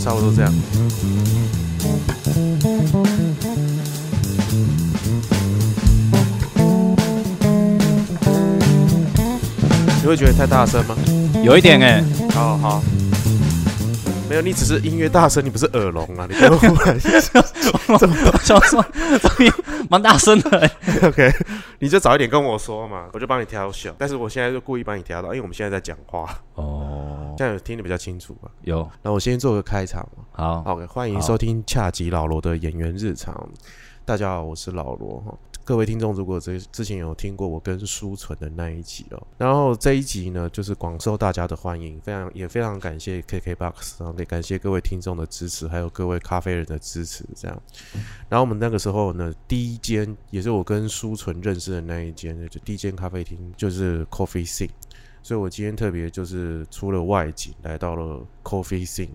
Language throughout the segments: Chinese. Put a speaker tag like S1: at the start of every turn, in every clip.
S1: 差不多这样。你会觉得太大声吗？
S2: 有一点哎、
S1: 哦，好。没有，你只是音乐大声，你不是耳聋啊！你不要忽然
S2: 我想说这音蛮大声的、欸，
S1: OK，你就早一点跟我说嘛，我就帮你调小。但是我现在就故意帮你调到，因为我们现在在讲话，
S2: 哦，
S1: 这样有听得比较清楚嘛。
S2: 有
S1: 那我先做个开场嘛。
S2: 好，
S1: 好，欢迎
S2: 哦好
S1: 收听恰吉老罗的演员日常。大家好，我是老罗哈。各位听众，如果之之前有听过我跟舒纯的那一集哦，然后这一集呢，就是广受大家的欢迎，非常也非常感谢 KKBOX，然后也感谢各位听众的支持，还有各位咖啡人的支持，这样。然后我们那个时候呢，第一间也是我跟舒纯认识的那一间，就第一间咖啡厅就是 Coffee Sing，所以我今天特别就是出了外景，来到了 Coffee Sing。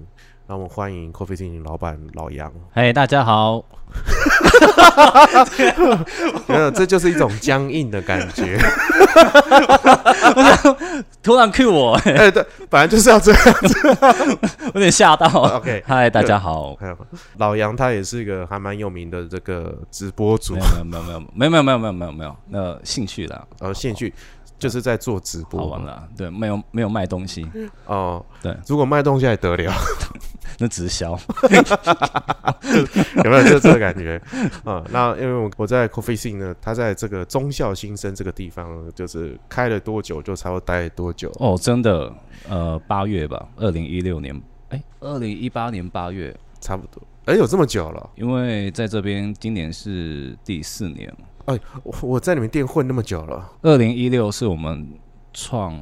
S1: 让我们欢迎 Coffee Sing 老板老杨，
S2: 嘿、大家好，
S1: 没有，这就是一种僵硬的感 觉。
S2: 突然 cue 我，欸
S1: 哎，对，本来就是要这样。
S2: 有点吓到。
S1: OK，
S2: 嗨，大家好，
S1: 还有老杨，他也是一个还蛮有名的这个直播主
S2: 没，有没有没有没有没有没有没有没有没有那个兴趣啦，
S1: 呃，兴趣就是在做直
S2: 好
S1: 播
S2: 玩啦，对，没有没有卖东西，
S1: 哦。
S2: 对，
S1: 如果卖东西还得了？
S2: 那直销。
S1: 有没有就这个感觉啊、那因为我我在 Coffee Sing 呢，他在这个忠孝新生这个地方，就是开了多久就差不多待了多久。
S2: 哦，真的，呃，八月吧，二零一六年，哎，二零一八年八月，
S1: 差不多。哎、有这么久了？
S2: 因为在这边今年是第四年，
S1: 我我在你们店混那么久了，
S2: 二零一六是我们创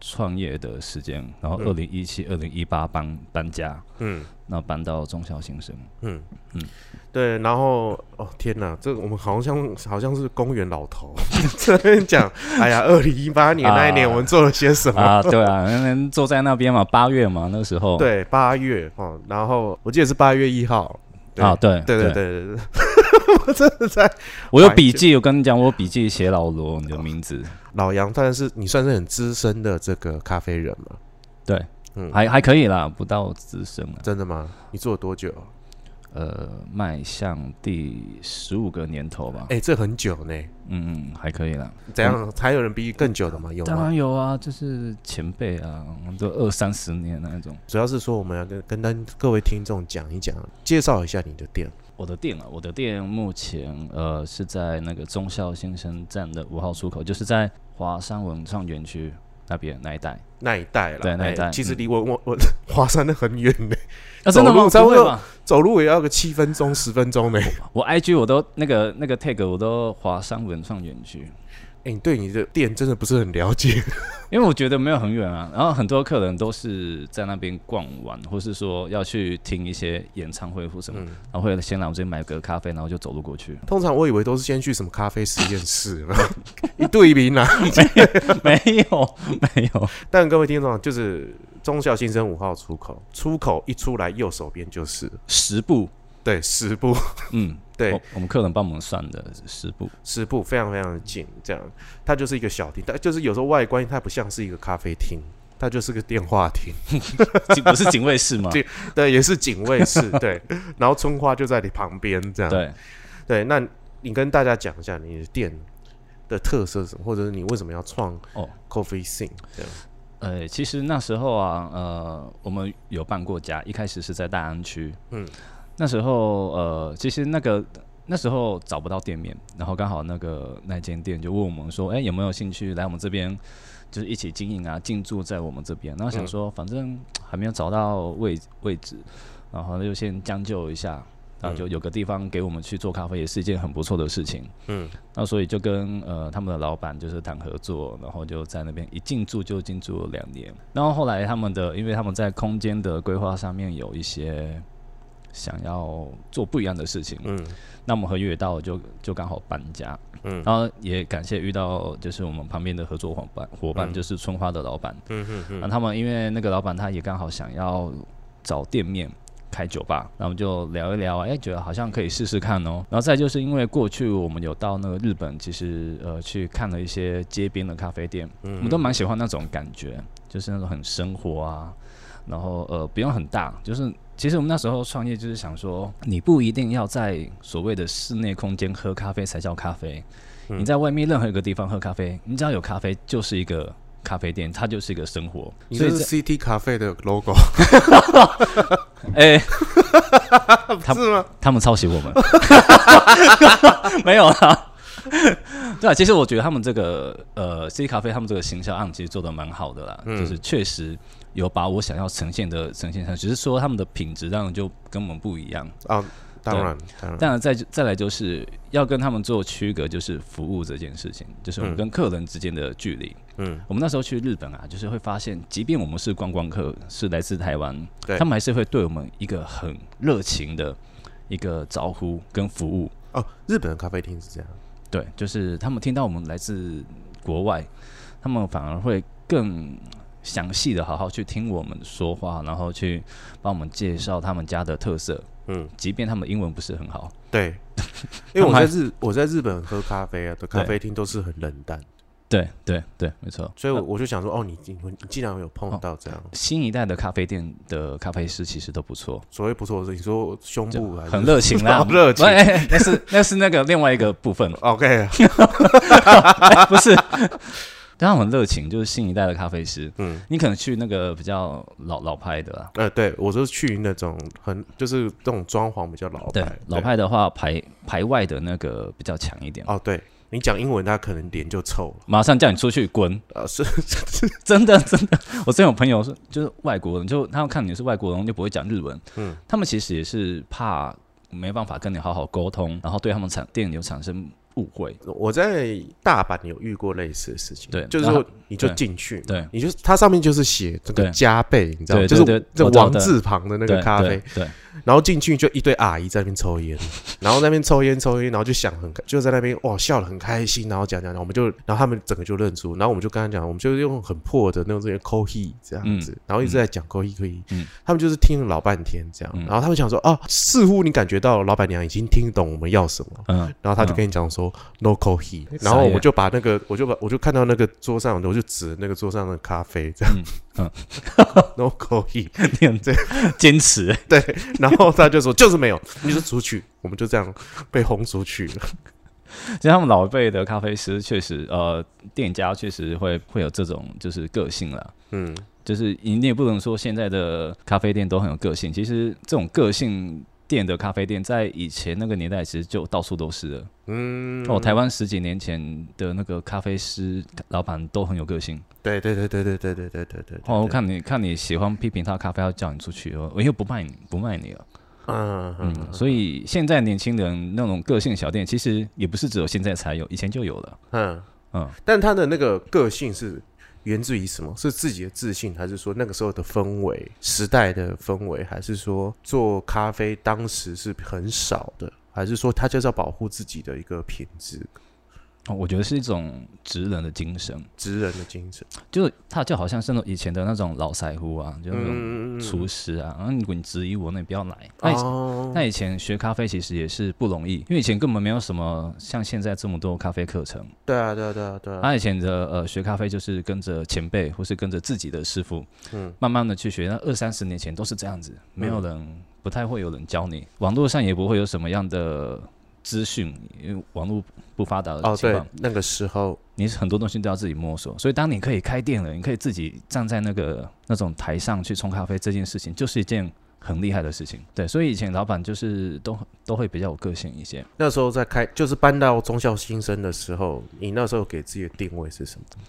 S2: 创业的时间，然后二零一七、二零一八搬搬家，
S1: 嗯
S2: 那搬到中小新生，
S1: 嗯嗯
S2: 嗯，
S1: 对。然后哦天哪，这个我们好像好像是公园老头 这边讲，哎呀，二零一八年那一年
S2: 啊
S1: 我们做了些什么？
S2: 啊，对啊， 那那坐在那边嘛，八月嘛，那时候，
S1: 对，八月哦，然后我记得是八月一号。对
S2: 啊，对
S1: 对对对
S2: 对，
S1: 对对，我真的在
S2: 我有笔记，我跟你讲，我有笔记写老罗你的名字，
S1: 老杨，但是你算是很资深的这个咖啡人嘛？
S2: 对，
S1: 嗯
S2: 还还可以啦，不到资深了，
S1: 真的吗？你做了多久？
S2: 呃，迈向第十五个年头吧，
S1: 哎、这很久呢。
S2: 嗯嗯，还可以啦，
S1: 怎样？还有人比你更久的吗？有
S2: 当
S1: 吗？
S2: 然有啊，就是前辈啊，都二三十年那一种。
S1: 主要是说我们要跟跟跟各位听众讲一讲，介绍一下你的店。
S2: 我的店啊，我的店目前呃是在那个忠孝新生站的五号出口，就是在华山文创园区那边那一带。
S1: 那一带了，
S2: 对那一带
S1: 哎其实
S2: 嗯
S1: 离我我我 华山的很远呢，
S2: 啊，
S1: 走
S2: 真的
S1: 路
S2: 吗？
S1: 差
S2: 不
S1: 不多
S2: 会吧？
S1: 走路也要个七分钟十分 钟呢。
S2: 我 IG 我都那个那个 tag 我都华山文创园区，
S1: 哎、你对你的店真的不是很了解。
S2: 啊因为我觉得没有很远啊。然后很多客人都是在那边逛完，或是说要去听一些演唱会或什么，然后会先来我这边买个咖啡，然后就走路过去。
S1: 通常我以为都是先去什么咖啡实验室，有没有 一对一啊拿。
S2: 没有没有，
S1: 但各位听众，啊就是忠孝新生五号出口，出口一出来右手边就是，
S2: 十步，
S1: 对，十步，哦
S2: 嗯，
S1: 对
S2: 我，我们客人帮我们算的十步。
S1: 十步非常非常的近，这样，它就是一个小厅，但就是有时候外观它不像是一个咖啡厅。它就是个电话亭，
S2: 警不 是警卫室吗？
S1: 对 对，也是警卫室，对。 然后春花就在你旁边，这样。
S2: 对，
S1: 对，那你跟大家讲一下你的店的特色是什么，或者是你为什么要创
S2: 哦
S1: Coffee 啊 Sing 这样？
S2: 呃，其实那时候啊，呃，我们有办过家，一开始是在大安区，
S1: 嗯
S2: 嗯，那时候呃，其实那个那时候找不到店面，然后刚好那个那间店就问我们说，哎、有没有兴趣来我们这边，就是一起经营啊，进驻在我们这边。然后想说，反正还没有找到位位置，然后就先将就一下，然后就有个地方给我们去做咖啡，也是一件很不错的事情。
S1: 嗯，
S2: 那所以就跟呃他们的老板就是谈合作，然后就在那边一进驻就进驻了两年。然后后来他们的，因为他们在空间的规划上面有一些想要做不一样的事情，
S1: 嗯
S2: 那我们合约也到了就就刚好搬家，
S1: 嗯
S2: 然后也感谢遇到就是我们旁边的合作伙伴伙伴就是春花的老板，
S1: 嗯嗯
S2: 那、他们因为那个老板他也刚好想要找店面开酒吧，然后我们就聊一聊啊，哎，觉得好像可以试试看哦。然后再就是因为过去我们有到那个日本，其实呃去看了一些街边的咖啡店，
S1: 嗯
S2: 我们都蛮喜欢那种感觉，就是那种很生活啊，然后呃不用很大，就是其实我们那时候创业就是想说，你不一定要在所谓的室内空间喝咖啡才叫咖啡，
S1: 嗯
S2: 你在外面任何一个地方喝咖啡，你只要有咖啡就是一个咖啡店，它就是一个生活。
S1: 你
S2: 所
S1: 这
S2: 以
S1: 是
S2: 这
S1: CT 咖啡的 logo
S2: 哎、他
S1: 是吗？
S2: 他们抄袭我们， 没有啦。对啊，其实我觉得他们这个呃，C 咖啡他们这个形象案其实做的蛮好的啦，
S1: 嗯
S2: 就是确实有把我想要呈现的呈现上，只是说他们的品质当然就跟我们不一样。
S1: 啊，当然当然，
S2: 当然再再来就是要跟他们做区隔，就是服务这件事情，就是我们
S1: 嗯
S2: 跟客人之间的距离。
S1: 嗯，
S2: 我们那时候去日本啊，就是会发现，即便我们是观光客，是来自台湾，
S1: 对
S2: 他们还是会对我们一个很热情的一个招呼跟服务。
S1: 哦，日本的咖啡厅是这样，
S2: 对，就是他们听到我们来自国外，他们反而会更详细的好好去听我们说话，然后去帮我们介绍他们家的特色。
S1: 嗯，
S2: 即便他们英文不是很好，
S1: 对，因为我在
S2: 他们还
S1: 日我在日本喝咖啡啊的咖
S2: 对
S1: 啡厅都是很冷淡，
S2: 对对对，没错。
S1: 所以我我就想说，哦，你你你竟然有碰到这样，
S2: 新一代的咖啡店的咖啡师其实都不错，
S1: 所谓不错，你说胸
S2: 就
S1: 部还是
S2: 很热情啦
S1: 哎 好，热情
S2: 不哎哎那是那是那个另外一个 部分，
S1: ，OK，
S2: 哎不是。 但他们很热情，就是新一代的咖啡师。
S1: 嗯
S2: 嗯，你可能去那个比较老老派的啊啦，
S1: 呃，对我就是去那种很就是这种装潢比较老
S2: 对
S1: 派，
S2: 老派的话，排排外的那个比较强一点。
S1: 哦，对你讲英文，他可能脸就臭了，
S2: 马上叫你出去滚！
S1: 呃，是
S2: 真的真的，我真有朋友是就是外国人，就他们看你是外国人，就不会讲日文。
S1: 嗯
S2: 嗯，他们其实也是怕没办法跟你好好沟通，然后对他们产店有产生误会。
S1: 我在大阪有遇过类似的事情，
S2: 对
S1: 就是
S2: 然后
S1: 说你就
S2: 对
S1: 进去，
S2: 对
S1: 你就它上面就是写这个
S2: 对
S1: 加倍，你知道吗？
S2: 对
S1: 就
S2: 对
S1: 是
S2: 对
S1: 这
S2: 我知道
S1: 王
S2: 对
S1: 字旁的那个
S2: 对
S1: 咖啡，
S2: 对，对
S1: 然后进去就一堆阿姨在那边抽烟，然后在那边抽烟抽烟，然后就想很就在那边哇笑得很开心，然后讲讲讲，我们就然后他们整个就认出，然后我们就跟他讲，我们就用很破的那种这些 c o h e 这样子，然后一直在讲 c o h e c o h e
S2: 嗯
S1: 他们就是听了老半天这样，
S2: 嗯
S1: 然后他们想说啊，似乎你感觉到老板娘已经听懂我们要什么，
S2: 嗯，
S1: 然后他就
S2: 嗯
S1: 跟你讲说、no c o h e 然
S2: 傻
S1: 后
S2: 眼
S1: 我就把那个，我就把我就看到那个桌上，我就指那个桌上的咖啡这样，
S2: 嗯
S1: no c o h e
S2: 你很坚持。
S1: 对，然后他就说就是没有，你就出去，我们就这样被轰出去了。
S2: 其实他们老一辈的咖啡师确实，呃，店家确实会会有这种就是个性啦。
S1: 嗯，
S2: 就是你也不能说现在的咖啡店都很有个性，其实这种个性店的咖啡店，在以前那个年代其实就到处都是了。嗯，哦，台湾十几年前的那个咖啡师老板都很有个性。
S1: 对对对对对对对对对对。
S2: 哦，我看你看你喜欢批评他咖啡，他叫你出去，哦我又不卖你不卖你了。
S1: 嗯嗯
S2: 嗯，所以现在年轻人那种个性小店，其实也不是只有现在才有，以前就有了。
S1: 嗯嗯
S2: 嗯，
S1: 但他的那个个性是源自于什么？是自己的自信，还是说那个时候的氛围、时代的氛围，还是说做咖啡当时是很少的？还是说他就是要保护自己的一个品质、
S2: 哦，我觉得是一种职人的精神，
S1: 职人的精神？
S2: 就他就好像是那种以前的那种老腮胡啊，就那种
S1: 嗯，
S2: 厨师啊，然后你质疑我，那你不要来。那以、
S1: 哦，
S2: 那以前学咖啡其实也是不容易，因为以前根本没有什么像现在这么多咖啡课程。
S1: 对啊，对啊，对啊，对啊，
S2: 那以前的呃学咖啡就是跟着前辈或是跟着自己的师傅，
S1: 嗯
S2: 慢慢的去学。那二三十年前都是这样子，没有人、不太会有人教你，网络上也不会有什么样的资讯，因为网络不发达的
S1: 哦，
S2: 情
S1: 对
S2: 况，，
S1: 那个时候，
S2: 你很多东西都要自己摸索。所以当你可以开店了，你可以自己站在那个那种台上去冲咖啡，这件事情就是一件很厉害的事情。对，所以以前老板就是都都会比较有个性一些。
S1: 那时候在开，就是搬到中校新生的时候，你那时候给自己的定位是什么？
S2: 嗯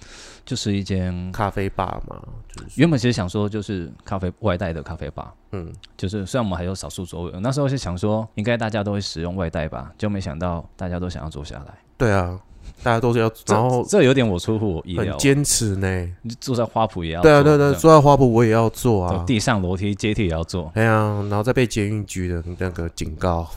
S2: 就是一间
S1: 咖啡吧嘛，就是说
S2: 原本其实想说就是咖啡外带的咖啡吧，
S1: 嗯，
S2: 就是虽然我们还有少数座位，那时候是想说应该大家都会使用外带吧，就没想到大家都想要坐下来。
S1: 对啊，大家都是要，然后
S2: 这有点我出乎我意料
S1: 很，坚持呢。
S2: 你坐在花圃也要
S1: 对啊，
S2: 坐
S1: 对对，
S2: 哦这样
S1: 说到花圃我也要做
S2: 走
S1: 啊，
S2: 哦地上楼梯阶梯也要坐，
S1: 哎呀，然后再被捷运局的那个警告，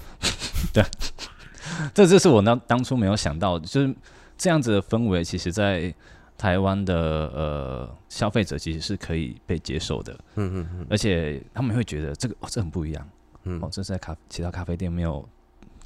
S2: 这就是我当当初没有想到的，就是这样子的氛围，其实在台湾的呃消费者其实是可以被接受的，
S1: 嗯嗯
S2: 而且他们会觉得这个哦这很不一样，
S1: 嗯
S2: 哦
S1: 嗯，
S2: 这是在咖其他咖啡店没有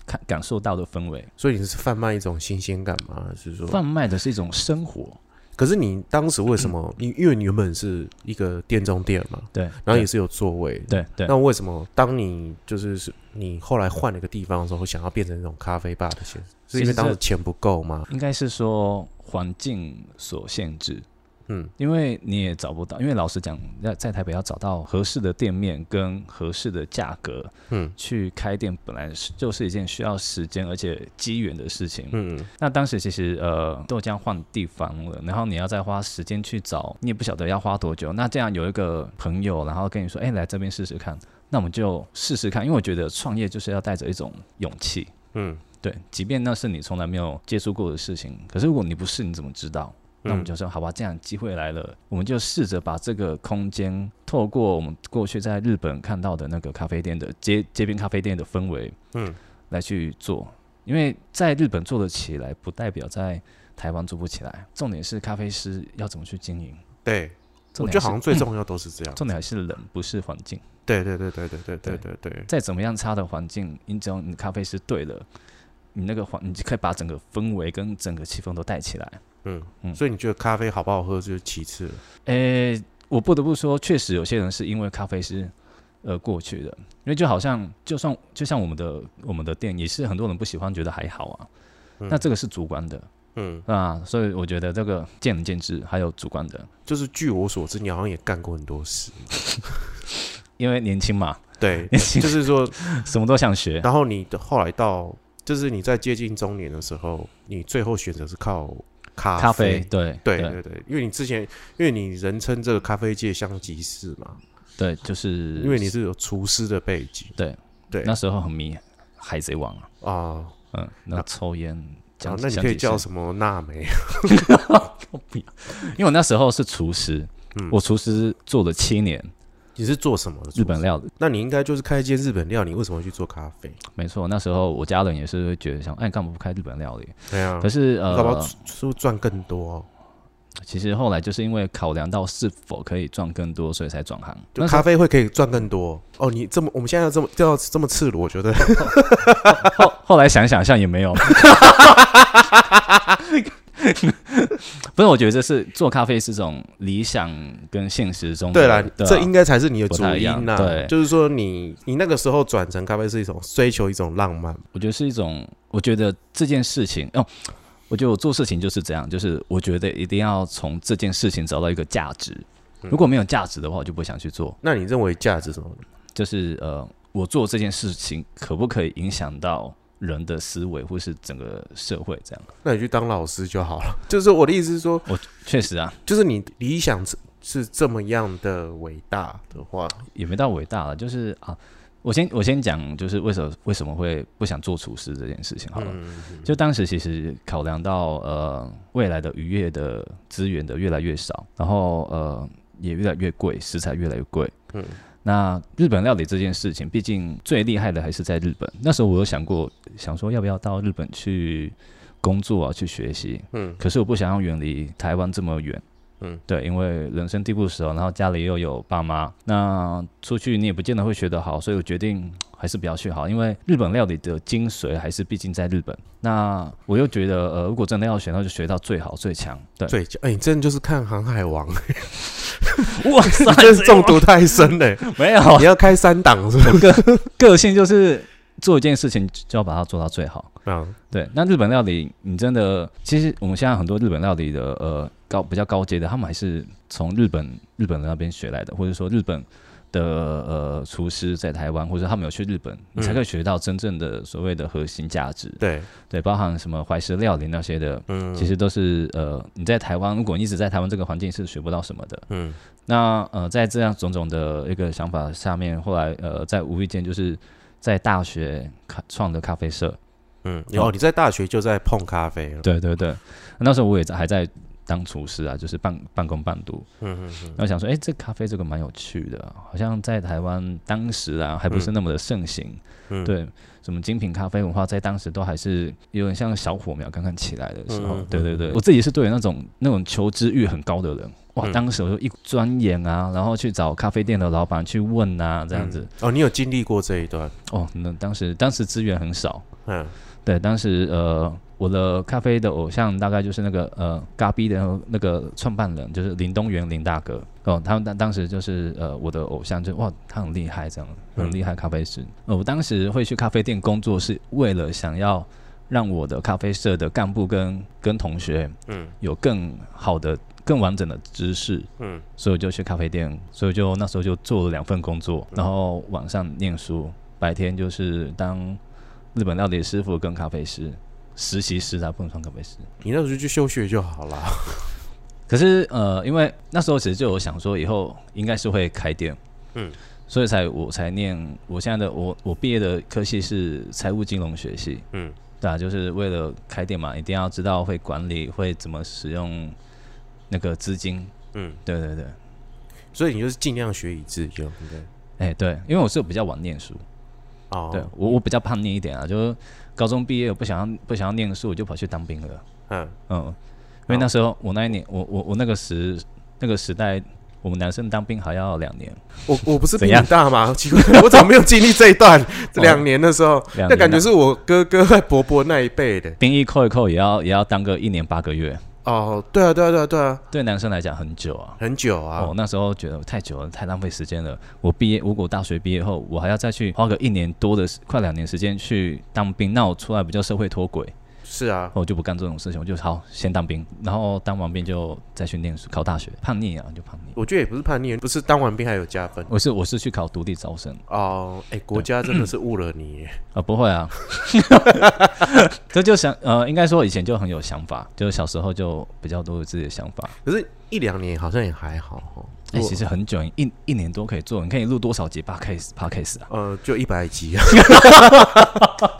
S2: 看感受到的氛围。
S1: 所以你是贩卖一种新鲜感吗？还是说
S2: 贩卖的是一种生活，
S1: 可是你当时为什么？你因为你原本是一个店中店嘛，
S2: 嗯对，
S1: 然后也是有座位，
S2: 对对
S1: 那为什么当你就是是你后来换了一个地方的时候，会想要变成那种咖啡吧的先？是因
S2: 其
S1: 为
S2: 实
S1: 当时
S2: 这
S1: 钱不够吗？
S2: 应该是说环境所限制，
S1: 嗯，
S2: 因为你也找不到，因为老实讲，在在台北要找到合适的店面跟合适的价格，
S1: 嗯，
S2: 去开店本来是就是一件需要时间而且机缘的事情。
S1: 嗯，
S2: 那当时其实呃豆浆换地方了，然后你要再花时间去找，你也不晓得要花多久。那这样有一个朋友，然后跟你说，哎、来这边试试看，那我们就试试看，因为我觉得创业就是要带着一种勇气。
S1: 嗯，
S2: 对，即便那是你从来没有接触过的事情，可是如果你不试，你怎么知道？那
S1: 嗯
S2: 我们就说，好吧，这样机会来了，我们就试着把这个空间，透过我们过去在日本看到的那个咖啡店的街街边咖啡店的氛围，
S1: 嗯，
S2: 来去做。因为在日本做得起来，不代表在台湾做不起来。重点是咖啡师要怎么去经营，
S1: 嗯对，
S2: 重
S1: 我
S2: 点
S1: 觉得
S2: 还
S1: 好像
S2: 是嗯
S1: 最重要都是这样。
S2: 重点还是人，不是环境。
S1: 对对对对对对对对对，
S2: 再怎么样差的环境，你只要你咖啡师对了，你那个环，你就可以把整个氛围跟整个气氛都带起来。
S1: 嗯，
S2: 嗯
S1: 所以你觉得咖啡好不好喝就是其次了。
S2: 诶、我不得不说，确实有些人是因为咖啡师呃过去的，因为就好像就算就像我们的我们的店也是很多人不喜欢，觉得还好啊。
S1: 嗯
S2: 那这个是主观的
S1: 嗯，
S2: 啊，所以我觉得这个见仁见智，还有主观的，
S1: 就是据我所知，你好像也干过很多事。
S2: 因为年轻嘛，
S1: 对，
S2: 年轻
S1: 就是说，
S2: 什么都想学。
S1: 然后你的后来到，就是你在接近中年的时候，你最后选择是靠咖
S2: 咖啡，对
S1: 对
S2: 对
S1: 对对，因为你之前，因为你人称这个咖啡界香吉士嘛，
S2: 对，就是
S1: 因为你是有厨师的背景，
S2: 对
S1: 对
S2: 那时候很迷《海贼王》啊，
S1: 啊，
S2: 嗯，那抽烟。讲
S1: 啊，那你
S2: 讲
S1: 可以
S2: 几
S1: 叫
S2: 声
S1: 什么娜美？
S2: 因为我那时候是厨师，
S1: 嗯
S2: 我厨师做了七年
S1: 你是做什么的？
S2: 日本，料理，
S1: 那你应该就是开一间日本料理，你为什么会去做咖啡？
S2: 没错。那时候我家人也是会觉得想，哎，你干嘛不开日本料理？
S1: 对啊，
S2: 可是
S1: 你干嘛
S2: 呃，
S1: 是不是赚更多？哦
S2: 其实后来就是因为考量到是否可以赚更多，所以才转行。
S1: 就
S2: 那
S1: 咖啡会可以赚更多哦。你这么，我们现在要这么要这么赤裸，我觉得
S2: 后后来想想好像 也没有。不是，我觉得这是做咖啡是种理想跟现实中的
S1: 对啦，
S2: 啊
S1: 这应该才是你的主
S2: 不太一
S1: 因
S2: 样
S1: 呐。
S2: 对
S1: 就是说你你那个时候转成咖啡是一种追求一种浪漫，
S2: 我觉得是一种，我觉得这件事情哦，我觉得我做事情就是这样，就是我觉得一定要从这件事情找到一个价值。
S1: 嗯
S2: 如果没有价值的话，我就不想去做。
S1: 那你认为价值是什么？
S2: 就是呃，我做这件事情可不可以影响到人的思维或是整个社会？这样
S1: 那你去当老师就好了。 就是我的意思是说，
S2: 确实啊，
S1: 就是你理想是是这么样的伟大的话，
S2: 也没到伟大了，就是啊，我先我先讲，就是为什么为什么会不想做厨师这件事情好了。就当时其实考量到呃未来的渔业的资源的越来越少，然后呃也越来越贵，食材越来越贵。
S1: 嗯
S2: 那日本料理这件事情，毕竟最厉害的还是在日本。那时候我有想过，想说要不要到日本去工作啊，去学习。
S1: 嗯
S2: 可是我不想要远离台湾这么远。
S1: 嗯，
S2: 对，因为人生地不熟，然后家里又有爸妈，那出去你也不见得会学得好，所以我决定还是不要去好，因为日本料理的精髓还是毕竟在日本。那我又觉得，呃，如果真的要选，那就学到最好最强。对，
S1: 最哎、你真的就是看《航海 王》，
S2: 哇塞，
S1: 真是中毒太深了、
S2: 没有
S1: 你要开三档是不 是？
S2: 个性就是做一件事情就要把它做到最好。
S1: 啊，
S2: 对，那日本料理，你真的，其实我们现在很多日本料理的，呃，高比较高阶的，他们还是从日本日本人那边学来的，或者说日本的呃厨师在台湾，或者他们有去日本，你才可以学到真正的所谓的核心价值。
S1: 对，
S2: 对，包含什么怀石料理那些的，
S1: 嗯，
S2: 其实都是呃你在台湾，如果你一直在台湾这个环境是学不到什么的。
S1: 嗯
S2: 那呃，在这样种种的一个想法下面，后来呃，在无意间就是在大学开创的咖啡社，
S1: 嗯，然后你在大学就在碰咖啡啊了，
S2: 哦对对对，那时候我也在还在当厨师啊，就是半半工半读。
S1: 嗯嗯嗯
S2: 然后想说，哎、这咖啡这个蛮有趣的啊，好像在台湾当时啊还不是那么的盛行。
S1: 嗯，
S2: 对，什么精品咖啡文化在当时都还是有点像小火苗刚刚起来的时候。
S1: 嗯嗯嗯
S2: 对对对，我自己是对于那种那种求知欲很高的人。哇，
S1: 嗯
S2: 当时我就一钻研啊，然后去找咖啡店的老板去问啊，这样子。
S1: 嗯哦，你有经历过这一段，
S2: 哦，那当时当时资源很少，
S1: 嗯
S2: 对，当时呃，我的咖啡的偶像大概就是那个呃咖啡的那个创办人，就是林东元林大哥哦，他们当当时就是呃我的偶像就，哇他很厉害这样，很厉害咖啡师。呃，我当时会去咖啡店工作是为了想要让我的咖啡社的干部跟跟同学
S1: 嗯
S2: 有更好的、更完整的知识，
S1: 嗯
S2: 所以我就去咖啡店，所以我就那时候就做了两份工作，
S1: 嗯
S2: 然后晚上念书，白天就是当日本料理师傅跟咖啡师实习师啊，不能算咖啡师。
S1: 你那时候就去休学就好啦。
S2: 可是呃，因为那时候其实就有想说以后应该是会开店，
S1: 嗯，
S2: 所以才我才念我现在的我我毕业的科系是财务金融学系，
S1: 嗯
S2: 对啊，就是为了开店嘛，一定要知道会管理，会怎么使用那个资金，
S1: 嗯，
S2: 对对对，
S1: 所以你就是尽量学以致用，对不对？
S2: 哎、对，因为我是比较晚念书，
S1: 哦，
S2: 对我我比较叛逆一点啊，就是高中毕业我不想要不想要念书，我就跑去当兵了。
S1: 嗯
S2: 嗯，因为那时候我那一年，我我我那个时那个时代，我们男生当兵还要两年，
S1: 我我不是比
S2: 怎
S1: 你
S2: 样
S1: 大吗？ 奇怪，我怎么没有经历这一段？这两年的时候，
S2: 两
S1: 那
S2: 年
S1: 感觉
S2: 啊
S1: 是我哥哥和伯伯那一辈的。
S2: 兵役扣一扣也要也要当个一年八个月，
S1: 哦，对啊，对啊，对啊，对啊，
S2: 对男生来讲很久啊。
S1: 很久啊。
S2: 哦，那时候觉得太久了，太浪费时间了。我毕业，如果大学毕业后，我还要再去花个一年多的时快两年时间去当兵，那我出来比较社会脱轨，
S1: 是啊，
S2: 我就不干这种事情，我就好先当兵，然后当完兵就再去念书，考大学，叛逆啊，就叛逆。
S1: 我觉得也不是叛逆，不是当完兵还有加分
S2: 我是我是去考独立招生
S1: 哦。哎、国家真的是误了你耶。
S2: 啊、不会啊，这就想呃，应该说以前就很有想法，就是小时候就比较多有自己的想法。
S1: 可是，一两年好像也还好哦。
S2: 哎、
S1: 我
S2: 其实很久，一一年多可以做，你可以录多少集 p o d c a s p o d c a s 啊？
S1: 呃，就一百集啊。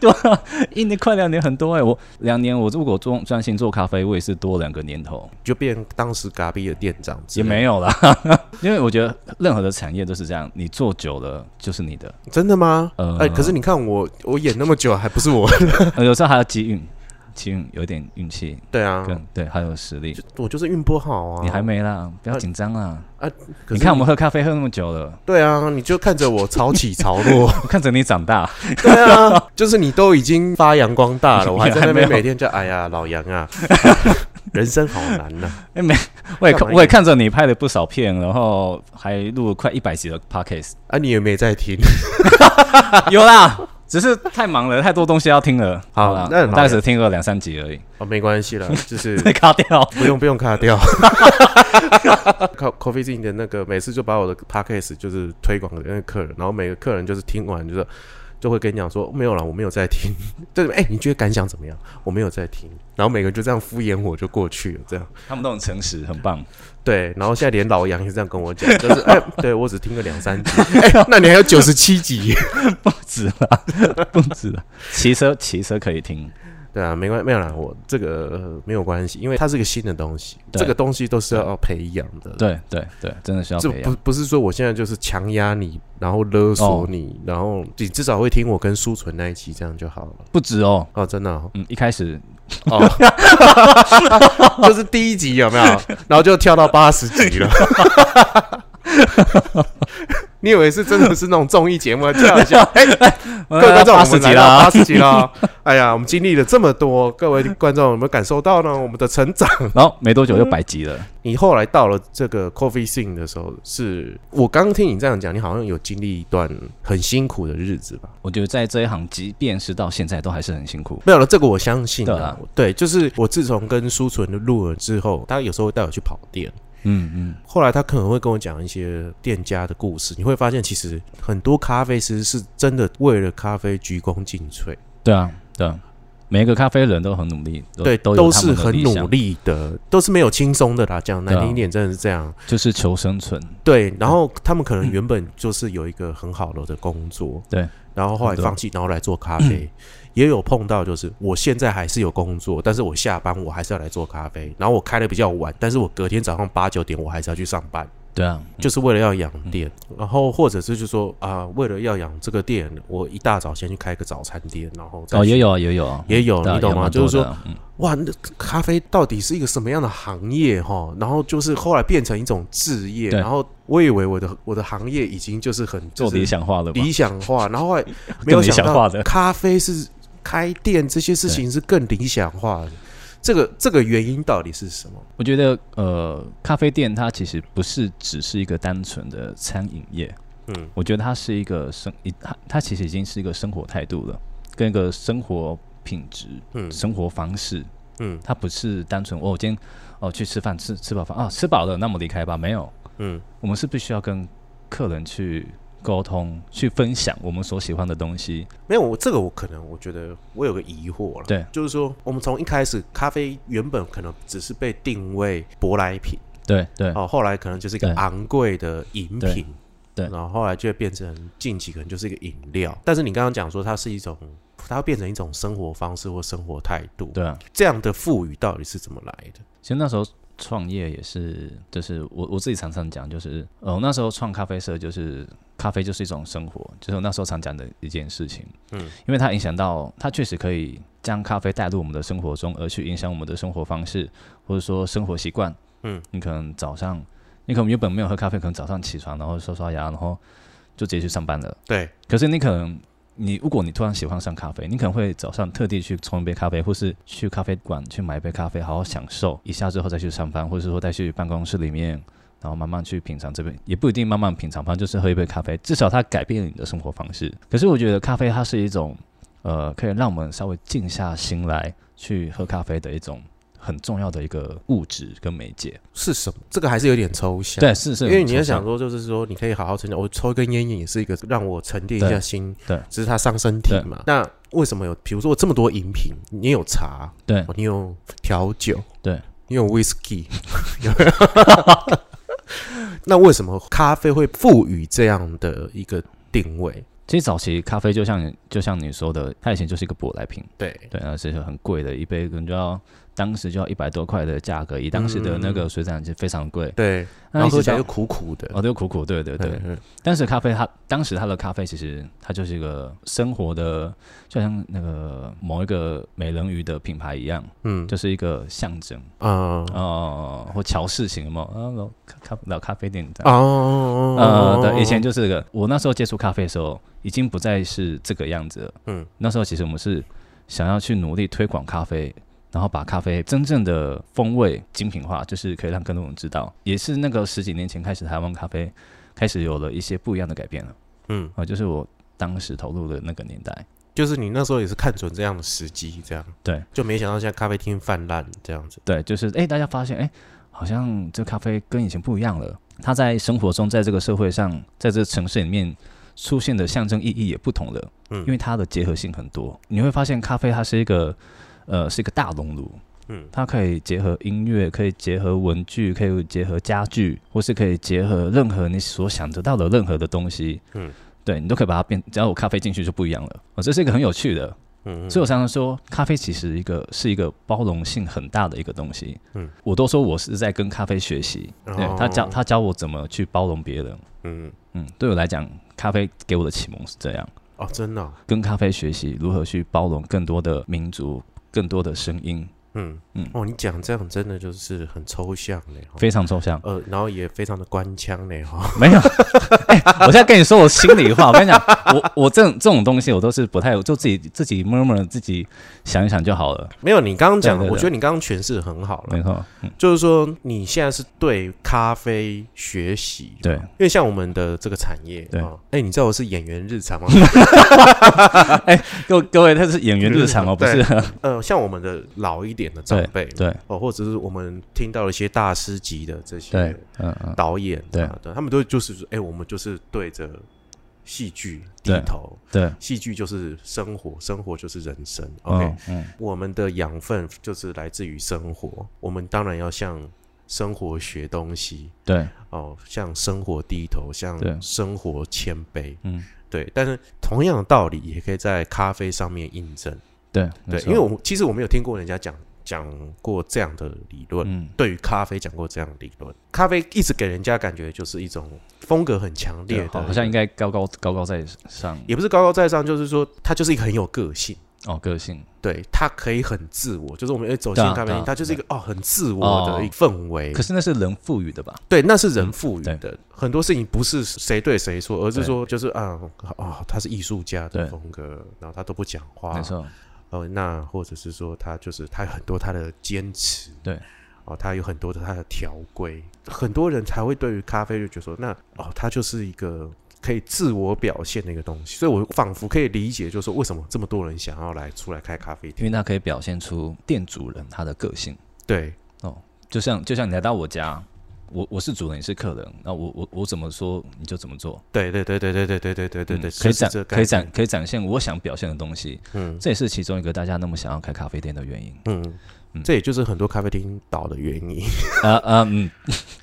S2: 对啊， 一年快两年很多哎、我两年我如果专专心做咖啡，我也是多两个年头，
S1: 就变当时嘎比的店长之
S2: 也
S1: 类的，
S2: 没有啦。 因为我觉得任何的产业都是这样，你做久了就是你的，
S1: 真的吗？哎、
S2: 呃
S1: 可是你看我，我演那么久还不是我？
S2: 呃有时候还有机运，机运有一点运气，
S1: 对啊，
S2: 跟、对，还有实力。
S1: 就我就是运波好啊。
S2: 你还没啦，不要紧张啦。
S1: 可
S2: 你
S1: 是
S2: 看我们喝咖啡喝那么久了，
S1: 对啊，你就看着我潮起潮 落，
S2: 我看着你长大，
S1: 对啊，就是你都已经发扬光大了，我还在那
S2: 你还没
S1: 边
S2: 有
S1: 每天叫哎呀老杨啊， 人生好难啊呐、
S2: 我也
S1: 干嘛
S2: 看我也看着你拍了不少片，然后还录了快一百集的 podcast，
S1: 啊你也没在听，
S2: 有啦，只是太忙了，太多东西要听了。
S1: 好
S2: 啦，
S1: 那
S2: 我大概
S1: 老
S2: 只听了两三集而已，
S1: 哦没关 系啦，就是
S2: 被卡掉。
S1: 不用不用卡掉。Co Coffee Zin 的那个每次就把我的 podcast 就是推广给那个客人，然后每个客人就是听完就是就会跟你讲说没有啦，我没有在听。 对，哎、你觉得感想怎么样？我没有在听。然后每个人就这样敷衍我就过去了，这样
S2: 他们都很诚实，很棒。
S1: 对。然后现在连老杨也是这样跟我 讲，就是哎、对我只听个两三集，哎、 那你还有九十七 集。
S2: 不止啦，不止啦。骑车骑车可以听，
S1: 对啊，没关没有啦，我这个、呃没有关系，因为它是个新的东西，
S2: 对
S1: 这个东西都是要培养的。
S2: 对对对，真的需要
S1: 这
S2: 培
S1: 不
S2: 养。
S1: 不是说我现在就是强压你，然后勒索
S2: 哦
S1: 你，然后你至少会听我跟舒纯那一期，这样就好了。
S2: 不止哦，
S1: 哦，真的 哦，
S2: 嗯，一开始
S1: 哦就是第一集有没有？然后就跳到八十集 了。 你以为是真的是那种综艺节目跳一下？哎、各位观众，
S2: 呃八
S1: 我
S2: 十
S1: 们
S2: 集
S1: 来到
S2: 啦
S1: 八，十集 了。哎呀，我们经历了这么多，各位观众有没有感受到呢？我们的成长。
S2: 然后没多久就百集了。
S1: 你后来到了这个 coffee scene 的时候，是我刚听你这样讲，你好像有经历一段很辛苦的日子吧？
S2: 我觉得在这一行，即便是到现在，都还是很辛苦。
S1: 没有了，这个我相信
S2: 对啊
S1: 啊。对，就是我自从跟舒纯录了之后，他有时候会带我去跑店，
S2: 嗯嗯，
S1: 后来他可能会跟我讲一些店家的故事，你会发现其实很多咖啡师是真的为了咖啡鞠躬尽瘁，
S2: 对啊，对啊，每一个咖啡人都很努力，都
S1: 对，
S2: 都
S1: 都
S2: 有他
S1: 是
S2: 们的
S1: 很
S2: 理想
S1: 努，力的，都是没有轻松的啦。讲难
S2: 对啊嗯
S1: 听一点，真的是这样。
S2: 就是求生存。
S1: 对，然后他们可能原本就是有一个很好的的工作，
S2: 嗯对，嗯
S1: 然后后来
S2: 对
S1: 放弃，然后来做咖啡，也有碰到就是我现在还是有工作，但是我下班我还是要来做咖啡，然后我开的比较晚，但是我隔天早上八九点我还是要去上班，
S2: 对啊，
S1: 就是为了要养店，
S2: 嗯
S1: 然后或者是就说啊、为了要养这个店，我一大早先去开个早餐店，然后再
S2: 哦，
S1: 去
S2: 也有啊，也有啊，
S1: 也有，
S2: 对啊
S1: 你懂
S2: 也
S1: 吗？
S2: 蛮
S1: 就是说
S2: 多的啊嗯
S1: 哇，那咖啡到底是一个什么样的行业哈？然后就是后来变成一种置业，
S2: 对
S1: 然后我以为我的我的行业已经就是很
S2: 做理、想化
S1: 就
S2: 了嘛
S1: 是，理想化，然后后来没有
S2: 更理
S1: 想
S2: 想
S1: 到
S2: 化的
S1: 咖啡是开店这些事情是更理想化的。这个这个原因到底是什么？
S2: 我觉得呃，咖啡店它其实不是只是一个单纯的餐饮业，
S1: 嗯，
S2: 我觉得它是一个生，一它它其实已经是一个生活态度了，跟一个生活品质、
S1: 嗯
S2: 生活方式。
S1: 嗯
S2: 它不是单纯哦，我今天哦去吃饭吃吃饱饭啊，吃饱了那我们离开吧。没有，
S1: 嗯
S2: 我们是必须要跟客人去沟通，去分享我们所喜欢的东西。
S1: 没有，我这个我可能我觉得我有个疑惑了，
S2: 对，
S1: 就是说我们从一开始咖啡原本可能只是被定位舶来品，
S2: 对对
S1: 哦，后来可能就是一个
S2: 对
S1: 昂贵的饮
S2: 对
S1: 品，
S2: 对
S1: 然后后来就会变成近期可能就是一个饮料，但是你刚刚讲说它是一种，它会变成一种生活方式或生活态度，
S2: 对啊！
S1: 这样的赋予到底是怎么来的？
S2: 其实那时候创业也是，就是我我自己常常讲，就是呃，我那时候创咖啡社就是。咖啡就是一种生活，就是我那时候常讲的一件事情。
S1: 嗯，
S2: 因为它影响到，它确实可以将咖啡带入我们的生活中，而去影响我们的生活方式，或者说生活习惯。
S1: 嗯，
S2: 你可能早上，你可能原本没有喝咖啡，可能早上起床，然后刷刷牙，然后就直接去上班了。
S1: 对，
S2: 可是你可能，你如果你突然喜欢上咖啡，你可能会早上特地去冲一杯咖啡，或是去咖啡馆去买一杯咖啡，好好享受一下之后再去上班，或是说再去办公室里面，然后慢慢去品尝这边，也不一定慢慢品尝，反正就是喝一杯咖啡，至少它改变了你的生活方式。可是我觉得咖啡它是一种，呃，可以让我们稍微静下心来去喝咖啡的一种。很重要的一个物质跟媒介，
S1: 是什么？这个还是有点抽象，
S2: 对，是是，
S1: 因为你要
S2: 抽
S1: 想
S2: 象，
S1: 说，就是说，你可以好好沉淀。我抽一根烟瘾也是一个让我沉淀一
S2: 对
S1: 下心，
S2: 对
S1: 只是它伤身体
S2: 对
S1: 嘛。那为什么有？比如说我这么多饮品，你有茶，哦
S2: 对，
S1: 你有调酒，
S2: 对，
S1: 你有 whisky，有 没有 那为什么咖啡会赋予这样的一个定位？
S2: 其实早期咖啡就像你就像你说的，它以前就是一个舶来品，
S1: 对，
S2: 对，那是很贵的，一杯可能就要当时就要一百多块的价格，以当时的那个水产是非常贵。
S1: 对，
S2: 那
S1: 嗯然后
S2: 一直
S1: 喝起来
S2: 到
S1: 又苦苦的，
S2: 哦，对，苦苦，对对对。
S1: 嗯，
S2: 但是咖啡它当时它的咖啡其实它就是一个生活的，就像那个某一个美人鱼的品牌一样，
S1: 嗯，
S2: 就是一个象征
S1: 啊
S2: 哦，或乔氏型嘛，啊，老咖老咖啡店这样。
S1: 哦，
S2: 呃，对，以前就是这个。我那时候接触咖啡的时候，已经不再是这个样子了。
S1: 嗯，
S2: 那时候其实我们是想要去努力推广咖啡，然后把咖啡真正的风味精品化，就是可以让更多人知道。也是那个十几年前开始，台湾咖啡开始有了一些不一样的改变了。
S1: 嗯，
S2: 啊、就是我当时投入的那个年代。
S1: 就是你那时候也是看准这样的时机，这样
S2: 对，
S1: 就没想到现在咖啡厅泛滥这样子。
S2: 对，就是哎、诶大家发现哎、诶好像这咖啡跟以前不一样了。它在生活中，在这个社会上，在这个城市里面出现的象征意义也不同了。
S1: 嗯
S2: 因为它的结合性很多，你会发现咖啡它是一个呃是一个大熔炉，
S1: 嗯
S2: 它可以结合音乐，可以结合文具，可以结合家具，或是可以结合任何你所想得到的任何的东西。
S1: 嗯，
S2: 对你都可以把它变，只要有咖啡进去就不一样了。哦，这是一个很有趣的，
S1: 嗯，
S2: 所以我常常说，咖啡其实一个是一个包容性很大的一个东西。
S1: 嗯，
S2: 我都说我是在跟咖啡学习，对他教
S1: 哦
S2: 他教我怎么去包容别人。
S1: 嗯，
S2: 嗯，对我来讲，咖啡给我的启蒙是这样，
S1: 哦，真的哦，
S2: 跟咖啡学习如何去包容更多的民族、更多的声音，
S1: 嗯嗯
S2: 嗯，
S1: 哦，你讲这样真的就是很抽象嘞，哈
S2: 非常抽象。
S1: 呃，然后也非常的官腔嘞，哦哈，
S2: 没有， 哎、我现在跟你说我心里话，我跟你讲，我我这种这种东西我都是不太，就自己自己默默自己想一想就好了。
S1: 没有，你刚刚讲的，
S2: 对对对
S1: 我觉得你刚刚诠释得很好了
S2: 没。错，嗯，
S1: 就是说，你现在是对咖啡学习，
S2: 对。
S1: 因为像我们的这个产业，
S2: 对
S1: 啊哎、你知道我是演员日常 吗？
S2: 各各位，他是演员日常哦，不是？
S1: 呃，像我们的老一点的长辈，
S2: 对
S1: 哦，或者是我们听到了一些大师级的这
S2: 对
S1: 些，
S2: 嗯嗯。
S1: 导演，
S2: 对
S1: 啊他们都就是说，哎、我们就是对着戏剧低
S2: 对
S1: 头，
S2: 对
S1: 戏剧就是生活，生活就是人生。OK，、
S2: 嗯嗯，
S1: 我们的养分就是来自于生活，我们当然要向生活学东西。
S2: 对，
S1: 哦，向生活低头，向
S2: 对
S1: 生活谦卑，
S2: 嗯，
S1: 对。但是同样的道理也可以在咖啡上面印证，
S2: 对
S1: 对
S2: 没，错
S1: 因为我其实我没有听过人家讲讲过这样的理论，
S2: 嗯
S1: 对于咖啡讲过这样的理论，咖啡一直给人家感觉就是一种风格很强烈
S2: 对，
S1: 的，
S2: 好好像应该高高高高在上
S1: 也不是高高在上，就是说它就是一个很有个性。
S2: 哦，个性
S1: 对，它可以很自我，就是我们哎走进
S2: 对啊
S1: 咖啡
S2: 对
S1: 厅，
S2: 啊哦
S1: 它就是一个哦很自我的一个氛围。
S2: 可是那是人赋予的吧？
S1: 对，那是人赋予
S2: 嗯
S1: 的，很多事情不是谁对谁错，而是
S2: 对
S1: 说就是啊啊、他是艺术家的
S2: 对
S1: 风格，然后他都不讲话
S2: 没，错，
S1: 呃，那或者是说他就是他有很多他的坚持，
S2: 对，
S1: 哦，他有很多的他的条规，很多人才会对于咖啡就觉得说，那哦，它就是一个可以自我表现的一个东西，所以我仿佛可以理解，就是说为什么这么多人想要来出来开咖啡
S2: 因
S1: 厅，
S2: 为它可以表现出店主人他的个性。
S1: 对，
S2: 就像就像你来到我家，我我是主人，你是客人，那我我我怎么说你就怎么做，
S1: 对对对对对对对对对对对，
S2: 嗯可
S1: 就是
S2: 以展
S1: 这个
S2: 可
S1: 概
S2: 以展
S1: 念，
S2: 可以展现我想表现的东西，
S1: 嗯
S2: 这也是其中一个大家那么想要开咖啡店的 原因。
S1: 嗯。
S2: 嗯
S1: 这也就是很多咖啡厅倒的原 因，
S2: 呃呃嗯，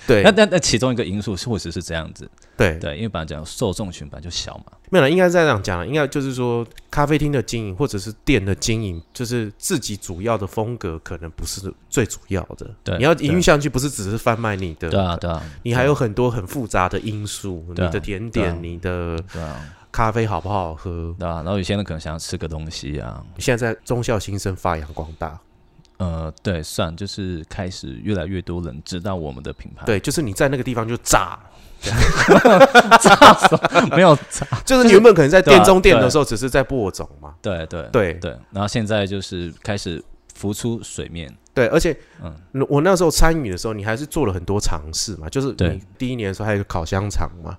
S1: 对
S2: 那那那其中一个因素是或许是这样子，
S1: 对，
S2: 对，因为本来讲受众群本来就小嘛，
S1: 没有啦，应该是这样讲啦，应该就是说，咖啡厅的经营或者是店的经营，就是自己主要的风格可能不是最主要的。
S2: 对
S1: 你要营
S2: 对
S1: 运下去，不是只是贩卖你
S2: 对
S1: 的，
S2: 啊对啊
S1: 你还有很多很复杂的因素，你
S2: 对啊
S1: 的甜
S2: 对啊
S1: 点、你的
S2: 对啊
S1: 咖啡好不好喝。
S2: 对啊，然后有些人可能想要吃个东西啊，
S1: 现在在中校新生发扬光大，
S2: 呃，对，算就是开始越来越多人知道我们的品牌，
S1: 对，就是你在那个地方就炸，
S2: 没有差，
S1: 就是你原本可能在
S2: 对啊
S1: 店中店的时候只是在播种嘛，
S2: 对对
S1: 对
S2: 对，然后现在就是开始浮出水面，
S1: 对，而且
S2: 嗯，
S1: 我那时候参与的时候，你还是做了很多尝试嘛，就是
S2: 对
S1: 你第一年的时候还有一个烤香肠嘛，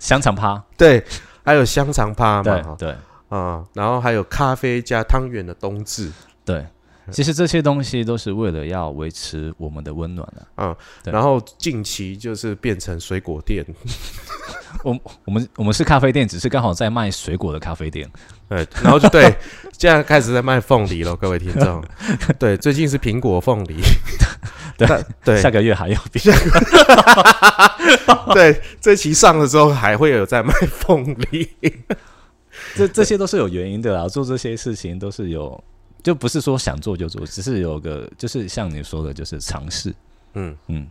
S2: 香肠趴，
S1: 对，还有香肠趴嘛
S2: 对
S1: 哈，
S2: 对
S1: 啊、然后还有咖啡加汤圆的冬至
S2: 对，其实这些东西都是为了要维持我们的温暖啊。
S1: 啊、
S2: 对
S1: 然后近期就是变成水果店，
S2: 我们我们是咖啡店，只是刚好在卖水果的咖啡店，
S1: 对，哎然后就对， 现在开始在卖凤梨了，各位听 众，对，最近是苹果凤梨，
S2: 对
S1: 但 对
S2: 下个月还要比
S1: 对，这期上的时候还会有在卖凤梨，
S2: 这这些都是有原因的啦，做这些事情都是有，就不是说想做就做，只是有个就是像你说的，就是尝试。
S1: 嗯，
S2: 嗯，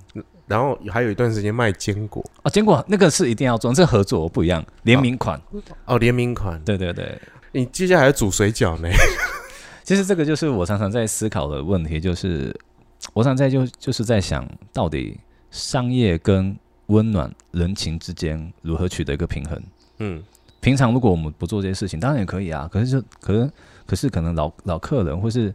S1: 然后还有一段时间卖坚果，
S2: 哦，坚果那个是一定要做，这合作不一样，联名款。
S1: 哦，联名款，
S2: 对对对，
S1: 你接下来还煮水饺 呢，
S2: 其实这个就是我常常在思考的问题，就是我常常在就就是在想到底商业跟温暖人情之间如何取得一个平衡。
S1: 嗯，
S2: 平常如果我们不做这些事情，当然也可以啊。可是就可能可是可能老老客人或是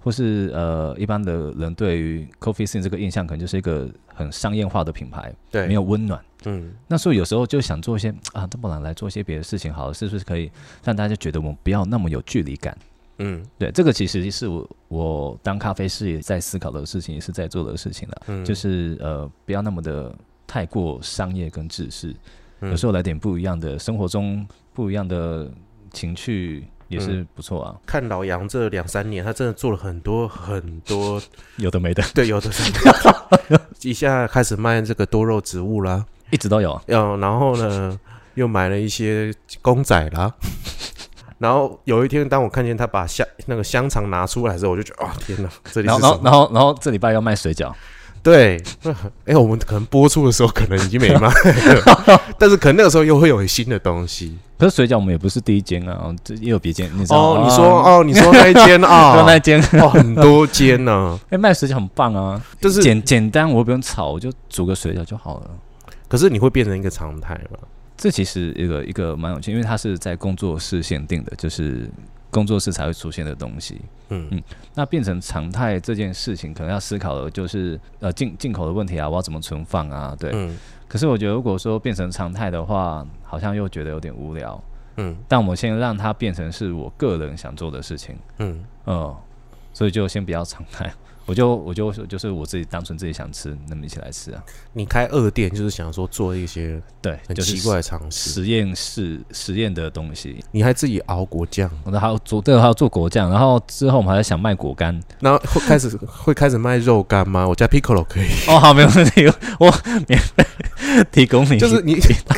S2: 或是呃一般的人对于 Coffee Scene 这个印象，可能就是一个很商业化的品牌，
S1: 对，
S2: 没有温暖。
S1: 嗯，
S2: 那所以有时候就想做一些啊，那不然来做一些别的事情好了，是不是可以让大家觉得我们不要那么有距离感？
S1: 嗯
S2: 对，这个其实是我我当咖啡师也在思考的事情，也是在做的事情了，
S1: 嗯，
S2: 就是呃不要那么的太过商业跟制式，
S1: 嗯
S2: 有时候来点不一样的，生活中不一样的情趣也是
S1: 嗯
S2: 不错啊，
S1: 看老杨这两三年，他真的做了很多很多
S2: 有的没的，
S1: 对，有的是， 一下开始卖这个多肉植物啦，
S2: 一直都有啊。
S1: 要然后 呢，又买了一些公仔啦。 然后有一天，当我看见他把香那个香肠拿出来的时候，我就觉得啊、天哪，这里
S2: 然
S1: 是
S2: 后，
S1: 什
S2: 然后，
S1: 么？
S2: 然后，然后这礼拜要卖水饺，
S1: 对， 哎，我们可能播出的时候可能已经没 卖了，但是可能那个时候又会有新的东西。
S2: 可是水饺我们也不是第一间啊，这也有别间，你知道
S1: 哦，
S2: 吗
S1: 你说，哦，你说那一 间
S2: 啊
S1: 啊
S2: 就，那间，
S1: 哦，很多间呢、
S2: 哎，卖水饺很棒啊，
S1: 就是
S2: 简简单，我不用炒，我就煮个水饺就好了。
S1: 可是你会变成一个常态嘛？
S2: 这其实一个一个蛮有趣，因为它是在工作室限定的，就是工作室才会出现的东西。
S1: 嗯
S2: 嗯那变成常态这件事情，可能要思考的就是呃进进口的问题啊，我要怎么存放啊？对。
S1: 嗯
S2: 可是我觉得，如果说变成常态的话，好像又觉得有点无聊。
S1: 嗯
S2: 但我们先让它变成是我个人想做的事情，
S1: 嗯，
S2: 嗯，所以就先不要常态。我就我就就是我自己单纯自己想吃，那么一起来吃啊。
S1: 你开二店就是想说做一些
S2: 对，
S1: 很
S2: 就是
S1: 奇怪的尝试，
S2: 实验室实验的东西，
S1: 你还自己熬果酱，
S2: 我们还有做，对，还有做果酱，然后之后我们还在想卖果干。
S1: 然后会开始 会开始卖肉干吗？我家 Piccolo 可 以，
S2: 哦，好，没有问题，我免费提供你。
S1: 就是你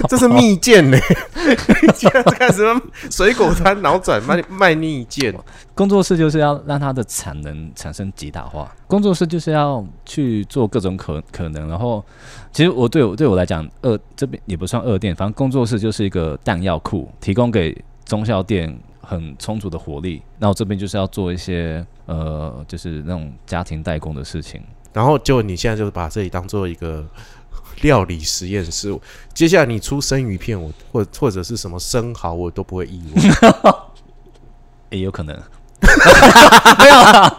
S1: 这是蜜饯呢， 现在开始水果摊脑转卖卖蜜饯，
S2: 工作室就是要让它的产能产生极大化，工作室就是要去做各种可可能。然后，其实我对我对我来讲，二呃这边也不算二店，反正工作室就是一个弹药库，提供给中小店很充足的活力。那我这边就是要做一些呃，就是那种家庭代工的事情。
S1: 然后结果你现在就是把这里当做一个。料理实验室， 接下来你出生鱼片我，或或者是什么生蚝，我都不会意外。
S2: 也、有可能 没有啦。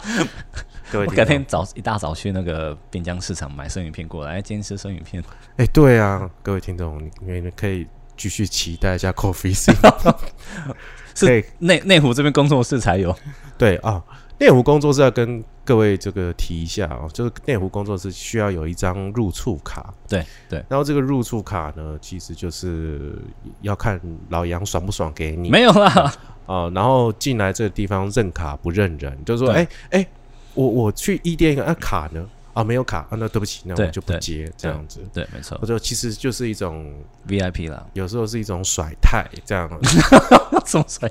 S1: 各位
S2: 我
S1: 听
S2: 改
S1: 众，
S2: 天早一大早去那个滨江市场买生鱼片过来，哎今天吃生鱼片。
S1: 哎、对啊，各位听众，你你们可以继续期待一下 Coffee C，
S2: 是
S1: 可以
S2: 内内湖这边工作室才有，
S1: 对啊，内湖工作室要跟各位这个提一下哦，就是内湖工作室需要有一张入处卡。
S2: 对对，
S1: 然后这个入处卡呢，其实就是要看老杨爽不爽给你
S2: 没有啦。
S1: 啊、然后进来这个地方认卡不认人，就是说，
S2: 对
S1: 哎哎，我我去一店一个啊卡呢啊没有卡啊，那对不起，那我
S2: 对
S1: 就不
S2: 对
S1: 接这样子。
S2: 对，没错
S1: 我就其实就是一种，
S2: ，VIP 啦。
S1: 有时候是一种甩态这样。
S2: 这么帅，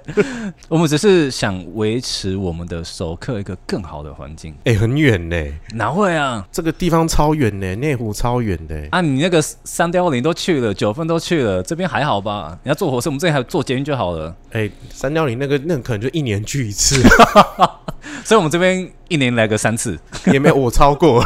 S2: 我们只是想维持我们的熟客一个更好的环境。
S1: 哎、很远呢，
S2: 哪会啊？
S1: 这个地方超远呢，内湖超远的。
S2: 啊，你那个三凋零都去了，九份都去了，这边还好吧？你要坐火车，我们这里还有坐捷运就好了。
S1: 哎、三幺零那个那个可能就一年聚一 次，
S2: 所以我们这边一年来个三次。
S1: 也没有我超过。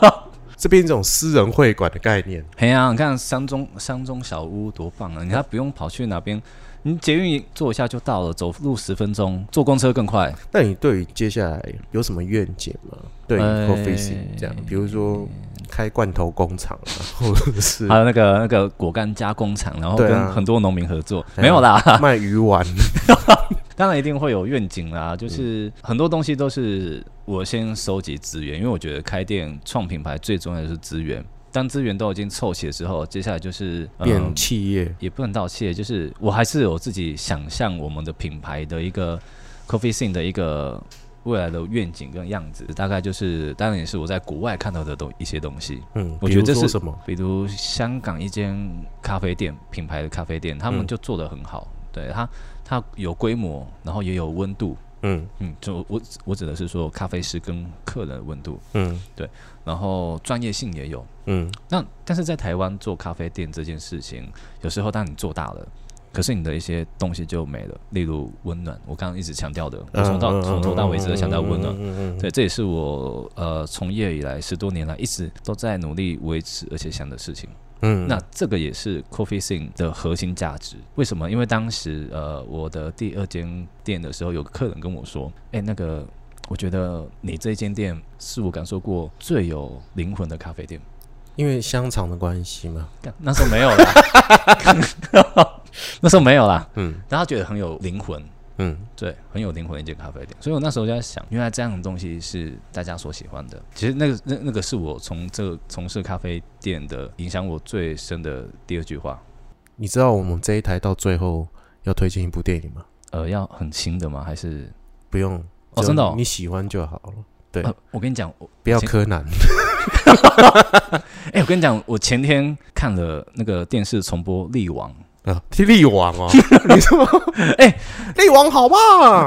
S1: 这边一种私人会馆的概念，
S2: 嘿呀、你看山中山中小屋多棒啊！你还不用跑去哪边，你捷运坐一下就到了，走路十分钟，坐公车更快。
S1: 那你对于接下来有什么愿景吗？对于
S2: 哎
S1: Coffee C 这样，比如说开罐头工厂 啊，或者是
S2: 还有那个那个果干加工厂，然后
S1: 对啊
S2: 跟很多农民合作，
S1: 哎呀
S2: 没有啦，
S1: 卖鱼丸，
S2: 当然一定会有愿景啦，就是很多东西都是我先收集资源，因为我觉得开店创品牌最重要的是资源。当资源都已经凑齐的时候，接下来就是、呃
S1: 变企业。
S2: 也不能道谢，就是我还是有自己想象我们的品牌的一个 coffee scene 的一个未来的愿景跟样子，大概就是当然也是我在国外看到的东一些东西。
S1: 嗯，
S2: 我觉得
S1: 比
S2: 这
S1: 如说
S2: 是
S1: 什么？
S2: 比如香港一间咖啡店，品牌的咖啡店，他们
S1: 嗯
S2: 就做得很好，对它它有规模，然后也有温度，
S1: 嗯
S2: 嗯，就我我指的是说咖啡师跟客人的温度，
S1: 嗯
S2: 然后专业性也有。
S1: 嗯，
S2: 那但是在台湾做咖啡店这件事情，有时候当你做大了。可是你的一些东西就没了，例如温暖，我刚刚一直强调的，我从到
S1: 嗯
S2: 从头到尾一直在强调温暖
S1: 嗯。嗯嗯嗯
S2: 对，这也是我呃从业以来十多年来一直都在努力维持而且想的事情。
S1: 嗯，
S2: 那这个也是 Coffee Scene 的核心价值。为什么？因为当时呃，我的第二间店的时候，有个客人跟我说：“哎、那个，我觉得你这间店是我感受过最有灵魂的咖啡店。
S1: 因为香肠的关系嘛，
S2: 干”那时候没有啦， 那时候没有啦。
S1: 嗯
S2: 但他觉得很有灵魂，
S1: 嗯
S2: 对，很有灵魂的一间咖啡店。所以我那时候就在想，原来这样的东西是大家所喜欢的。其实那个那那个是我从这个从事咖啡店的影响我最深的第二句话。
S1: 你知道我们这一台到最后要推荐一部电影吗？
S2: 呃，要很新的吗？还是
S1: 不用
S2: 哦真的哦
S1: 只要你喜欢就好了。对，
S2: 呃我跟你讲，我
S1: 不要
S2: 前
S1: 柯南。
S2: 哎、我跟你讲，我前天看了那个电视重播《力王》，
S1: 啊， 踢力王 哦，你 说，
S2: 哎
S1: 力王好 棒，啊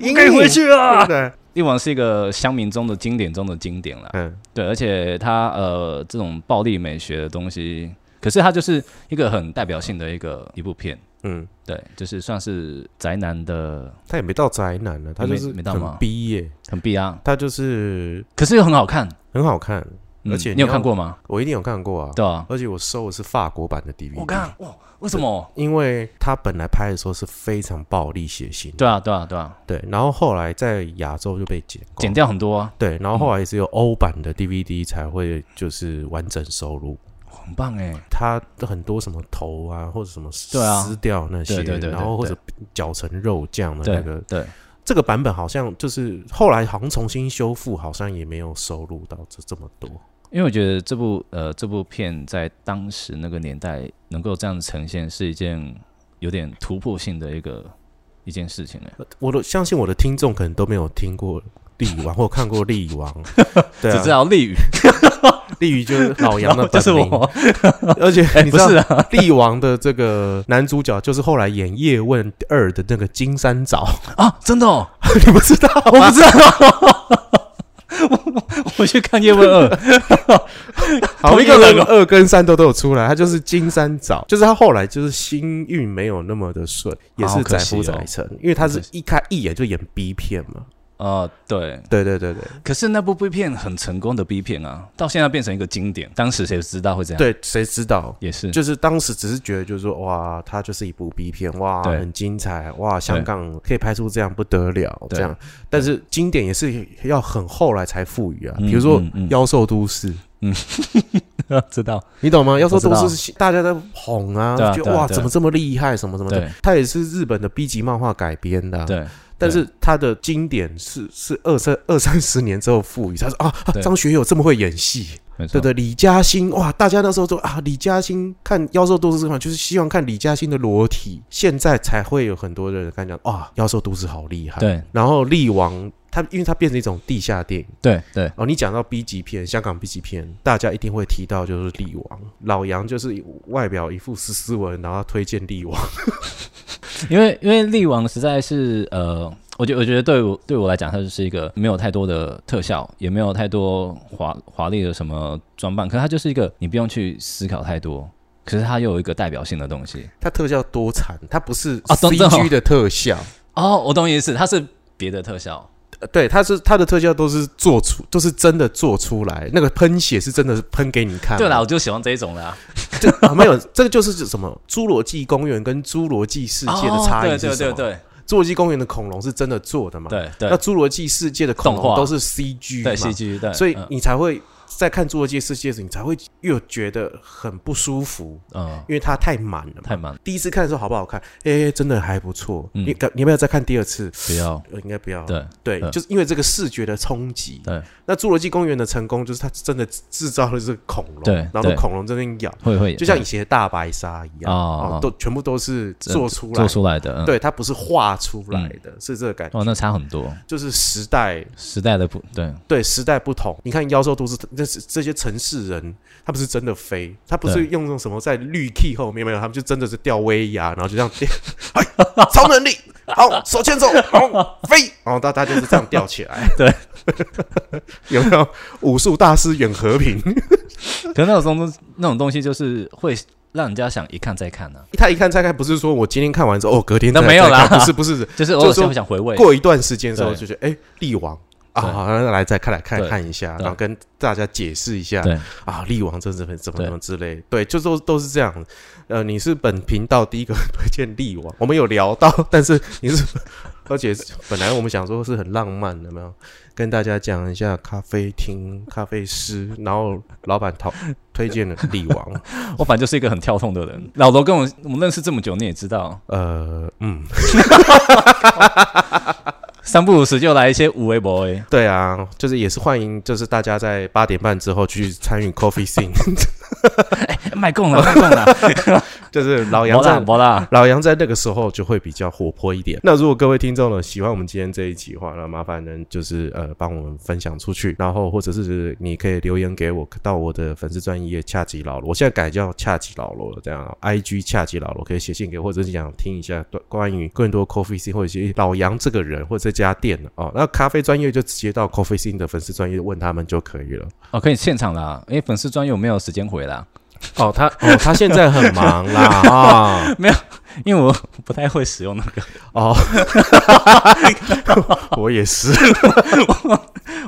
S1: 赢
S2: 可以回去啊
S1: 了，对
S2: 了。
S1: 不对？
S2: 力王是一个乡民中的经典中的经典啦，
S1: 嗯，
S2: 对，而且它呃这种暴力美学的东西，可是它就是一个很代表性的一个一部片，
S1: 嗯，
S2: 对，就是算是宅男的
S1: 他也没到宅男啊呢，他就
S2: 没
S1: 是
S2: 没到吗
S1: 很逼耶，
S2: 很必啊，
S1: 他就是
S2: 可是又很好看，
S1: 很好看，
S2: 嗯
S1: 而且
S2: 你有
S1: 你要
S2: 看过吗？
S1: 我一定有看过啊，
S2: 对啊，
S1: 而且我收的是法国版的 DVD，
S2: 我看哇，为什么？
S1: 因为他本来拍的时候是非常暴力血腥，
S2: 对啊，对啊，对啊，
S1: 对，然后后来在亚洲就被剪光
S2: 剪，掉很多啊，
S1: 对，然后后来只有欧版的 DVD 才会就是完整收录，
S2: 很棒哎、
S1: 他很多什么头啊，或者什么
S2: 对啊
S1: 撕掉那些，
S2: 对对对对
S1: 然后或者搅成肉酱的那
S2: 对
S1: 个，
S2: 对，
S1: 这个版本好像就是后来好像重新修复，好像也没有收录到这这么多。
S2: 因为我觉得这部呃这部片在当时那个年代能够这样呈现，是一件有点突破性的一个一件事情呢。欸
S1: 我都相信我的听众可能都没有听过力王或看过力 王，对
S2: 只知
S1: 啊，
S2: 道利宇，
S1: 力鱼就是老 杨的
S2: 就
S1: 本
S2: 是
S1: 名，
S2: 我，
S1: 而且
S2: 哎、
S1: 你知
S2: 不
S1: 道
S2: 是啊，
S1: 力王的这个男主角就是后来演《叶问二》的那个金山找，
S2: 啊，真的、哦，
S1: 你不知道吗？
S2: 我不知道。我我去看《叶问二》，
S1: 好
S2: 同
S1: 一
S2: 一
S1: 个
S2: 个
S1: 人
S2: 人
S1: 二跟三都都有出来，他就是金三找，就是他后来就是星运没有那么的顺，也
S2: 好
S1: 是
S2: 可
S1: 载
S2: 惜
S1: 夫
S2: 哦
S1: 载沉，因为他是
S2: 可惜
S1: 一开一眼就演 B 片嘛，
S2: 呃，对，
S1: 对对对对
S2: 可是那部 B 片很成功的 B 片啊，到现在变成一个经典。当时谁知道会这样？，
S1: 对，谁知道？
S2: 也是，
S1: 就是当时只是觉得，就是说，哇，它就是一部 B 片，哇，
S2: 对
S1: 很精彩，哇，香港可以拍出这样不得了，
S2: 对
S1: 这样。但是经典也是要很后来才赋予啊，
S2: 嗯
S1: 比如说
S2: 嗯嗯
S1: 《妖兽都市》，
S2: 知道，
S1: 你懂吗？《妖兽
S2: 我知
S1: 都
S2: 道
S1: 市》是大家在捧啊，
S2: 对啊
S1: 觉
S2: 对
S1: 得
S2: 啊
S1: 哇，
S2: 对啊
S1: 怎么这么厉害，什么什么的。
S2: 对
S1: 它也是日本的 B 级漫画改编的啊、
S2: 对，
S1: 但是它的经典是是二三二三十年之后赋予，他说啊，啊
S2: 对
S1: 张学友这么会演戏，
S2: 没错，
S1: 对对，李嘉欣哇，大家那时候说啊，李嘉欣看《妖兽都市》这款，就是希望看李嘉欣的裸体。现在才会有很多人看讲啊，《妖兽都市》好厉害。，
S2: 对
S1: 然后力王它，因为它变成一种地下电影
S2: 对对
S1: 哦。你讲到 B 级片，香港 B 级片，大家一定会提到就是力王。老杨就是外表一副斯斯文，然后推荐力王。
S2: 因为因为力王实在是呃，我觉我觉得对我对我来讲，它就是一个没有太多的特效，也没有太多华华丽的什么装扮，可是它就是一个你不用去思考太多，可是它又有一个代表性的东西。
S1: 它特效多惨，它不是
S2: 啊真的哦
S1: CG 的特效，
S2: 哦，我懂你意思，它是别的特效。
S1: 呃 对，它是它的特效都是做出，都是真的做出来，那个喷血是真的是喷给你看的。
S2: 对啦，我就喜欢这一种啦。
S1: 这啊没有，这个就是指什么？侏罗纪公园跟侏罗纪世界的差异
S2: 哦
S1: 是什么？
S2: 对对对
S1: 侏罗纪公园的恐龙是真的做的嘛？。
S2: 对
S1: 那
S2: 对
S1: 侏罗纪世界的恐
S2: 动
S1: 龙
S2: 画
S1: 都是 CG
S2: 对，戏
S1: 嘛？
S2: 剧对，
S1: 所以
S2: 嗯
S1: 你才会在看侏罗纪世界的时，候，你才会又觉得很不舒服，
S2: 嗯
S1: 因为它太满了嘛。
S2: 太满了，
S1: 第一次看的时候好不好看？哎，真的还不错。
S2: 嗯
S1: 你敢你要不要再看第二次？
S2: 不要
S1: 呃，应该不要。
S2: 对
S1: 对，
S2: 嗯
S1: 就是因为这个视觉的冲击。
S2: 对，
S1: 那侏罗纪公园的成功，就是它真的制造了这个恐龙，
S2: 对
S1: 然后
S2: 对
S1: 恐龙这边咬，
S2: 会会
S1: 就像以前的大白鲨一样，哦，
S2: 哦
S1: 都全部都是做出来
S2: 做，出来的，嗯，
S1: 对，它不是画出来的，是这个感觉，
S2: 哦，那差很多，
S1: 就是时代
S2: 时代的不对，
S1: 对时代不同。你看妖兽都市，那是这些城市人，他不是真的飞，他不是
S2: 对
S1: 用那种什么在绿 key 后面没有，他们就真的是吊威亚，然后就这样， 哎，超能力，好，手牵手，好飞，然后大家就是这样吊起来，
S2: 对，
S1: 有没有武术大师远和平？
S2: 可是那种东那种东西就是会让人家想一看再看呢、啊
S1: 他一看再看，不是说我今天看完之后，哦，隔天
S2: 那
S1: 再
S2: 没有
S1: 再看
S2: 啦
S1: 不是不是，
S2: 就是偶尔
S1: 就是说
S2: 会想回味。
S1: 过一段时间之后
S2: 对
S1: 就觉得，哎、力王啊，
S2: 对
S1: 好，那来再看来看
S2: 对
S1: 看一下，
S2: 对
S1: 然后跟大家解释一下
S2: 对
S1: 啊，力王真是很怎么
S2: 对
S1: 怎么之类，对，就都都是这样。呃，你是本频道第一个推荐力王，我们有聊到，但是你是， 而且本来我们想说是很浪漫的，有没有？跟大家讲一下咖啡厅、咖啡师，然后老板讨推荐了力王，
S2: 我反正就是一个很跳痛的人。老罗跟我我们认识这么久，你也知道，
S1: 呃，嗯，
S2: 三不五时就来一些五 A boy。
S1: 对啊，就是也是欢迎，就是大家在八点半之后去参与 Coffee Scene。
S2: 哎卖供了，卖供了，
S1: 就是老哦杨
S2: 没啦
S1: 在
S2: 没啦，
S1: 老杨在那个时候就会比较活泼一点。那如果各位听众呢喜欢我们今天这一集的话，那麻烦呢就是呃帮我们分享出去，然后或者是呃你可以留言给我，到我的粉丝专页恰吉老罗，我现在改叫恰吉老罗了，这样 I G 恰吉老罗可以写信给我，或者是想听一下关于更多 Coffee C 或者是老杨这个人或者这家店的哦。那咖啡专业就直接到 Coffee C 的粉丝专业问他们就可以了。
S2: 哦，可以现场啦。哎，粉丝专业我没有时间回啦，
S1: 哦，他哦他现在很忙 啦啊。
S2: 因为我不太会使用那个，
S1: 哦， 我也是。